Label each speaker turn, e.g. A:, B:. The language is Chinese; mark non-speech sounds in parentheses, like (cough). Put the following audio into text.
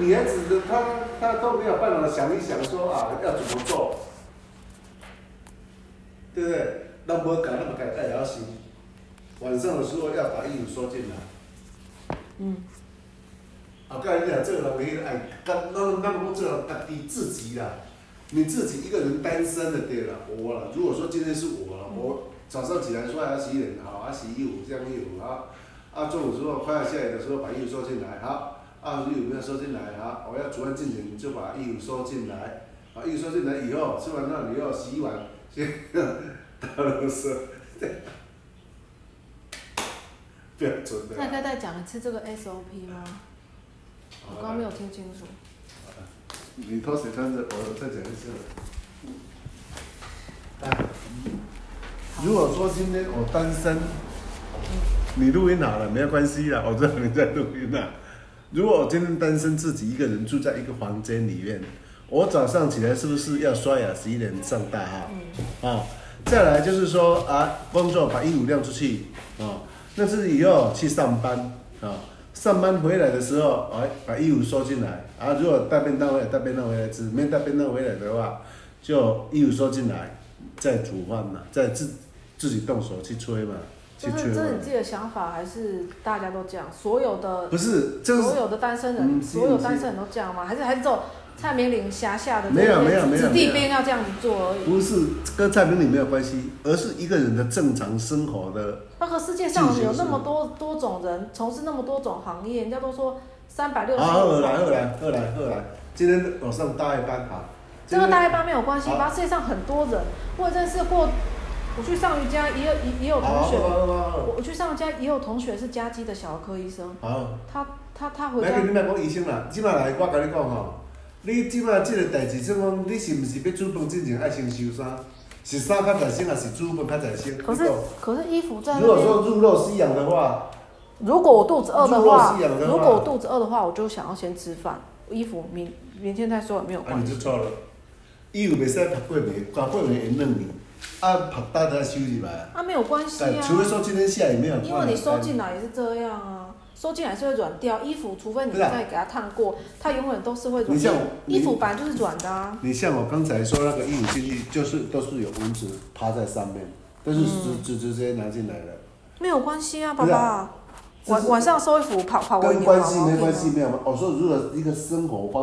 A: 女孩子的她她都没有办法想一想说啊要怎么做，对不对？那么搞那么改带条行，晚上的时候要把衣服收进来。
B: 嗯。
A: 啊，刚才讲这个人没哎，那那那么这个你自己啦，你自己一个人单身的对了，我了。如果说今天是我了，我早上起来说要洗脸，好啊，洗衣服，晾衣服啊，啊，中午之后快要下雨的时候把衣服收进来，好，啊，衣服没有收进来啊，我要煮饭之前你就把衣服收进来，啊，衣服收进来以后，吃完饭以后洗碗，先打了是， (laughs) 标准的
B: 那。该再讲一次这个 SOP 吗？我刚刚没有听清楚。
A: 你拖鞋穿着，我再讲一次。哎如果说今天我单身，你录音好了，没有关系啦，我知道你在录音啦。如果我今天单身自己一个人住在一个房间里面，我早上起来是不是要刷牙、洗脸、上大号？
B: 嗯
A: 哦，再来就是说啊，工作把衣服晾出去哦，那是以后去上班啊、哦上班回来的时候，哎，把衣服收进来啊。如果带便当回来，带便当回来吃；没带便当回来的话，就衣服收进来，再煮饭嘛，再自自己动手去吹嘛，去
B: 这
A: 吹
B: 是这是你
A: 嘛。
B: 自己的想法，还是大家都这样？所有的
A: 不是，这是
B: 所有的单身
A: 嗯
B: 人，
A: 是
B: 所有单身人都这样吗？还是还是只有蔡明玲辖下的这
A: 没有
B: 些
A: 没有没有
B: 子
A: 没
B: 弟
A: 有
B: 兵要这样子做而已？
A: 不是跟蔡明理没有关系，而是一个人的正常生活的。
B: 那个世界上有那么多多种人，从事那么多种行业，人家都说三百六十
A: 啊，二
B: 五
A: 来二来二来二来，今天早上大夜班好。
B: 这个大家班没有关系
A: 好
B: 吧？世界上很多人，我也认识过，我去上瑜伽也有也也
A: 好
B: 有同
A: 好
B: 学，
A: 好好好
B: 我我去上瑜伽也有同学是家鸡的小儿科医生，
A: 好好。
B: 他他他回家
A: 来，你莫讲医生啦，即摆来，我甲你讲吼，你即摆即个代志，即讲你是毋是要煮饭之前爱先收衫？是衫较在先，还是煮饭较在先？
B: 可
A: 你
B: 是
A: 讲
B: 可是衣服
A: 如
B: 在那
A: 果
B: 边。
A: 说入肉西洋的话，
B: 如果我肚子饿的话
A: 猪肉是养，的吗
B: 如果我肚子饿的话，我就想要先吃饭。衣服明明天再说也没有
A: 啊
B: 关
A: 你
B: 系
A: 就。错了。伊有袂使拍过面，拍过面会软去，啊拍大才收入来。
B: 啊，没有关系
A: 但除非
B: 啊，
A: 说今天下雨没有，
B: 因为你收进来也是这样啊，收进来是会软掉。衣服除非你
A: 不是啊
B: 再给它烫过，它永远都是会软
A: 你像
B: 掉
A: 我。
B: 衣服本来就是软的啊。
A: 你像我刚才说那个衣服进去，就是都是有蚊子趴在上面，都是直直直接拿进来的。
B: 没有关系啊，
A: 不
B: 爸
A: 是啊
B: 爸。
A: 这是
B: 晚晚上收衣服，跑跑完
A: 跟
B: 你
A: 关系
B: 毛毛
A: 没哦
B: 病啊
A: 关系，没有吗？我说如果一个生活方。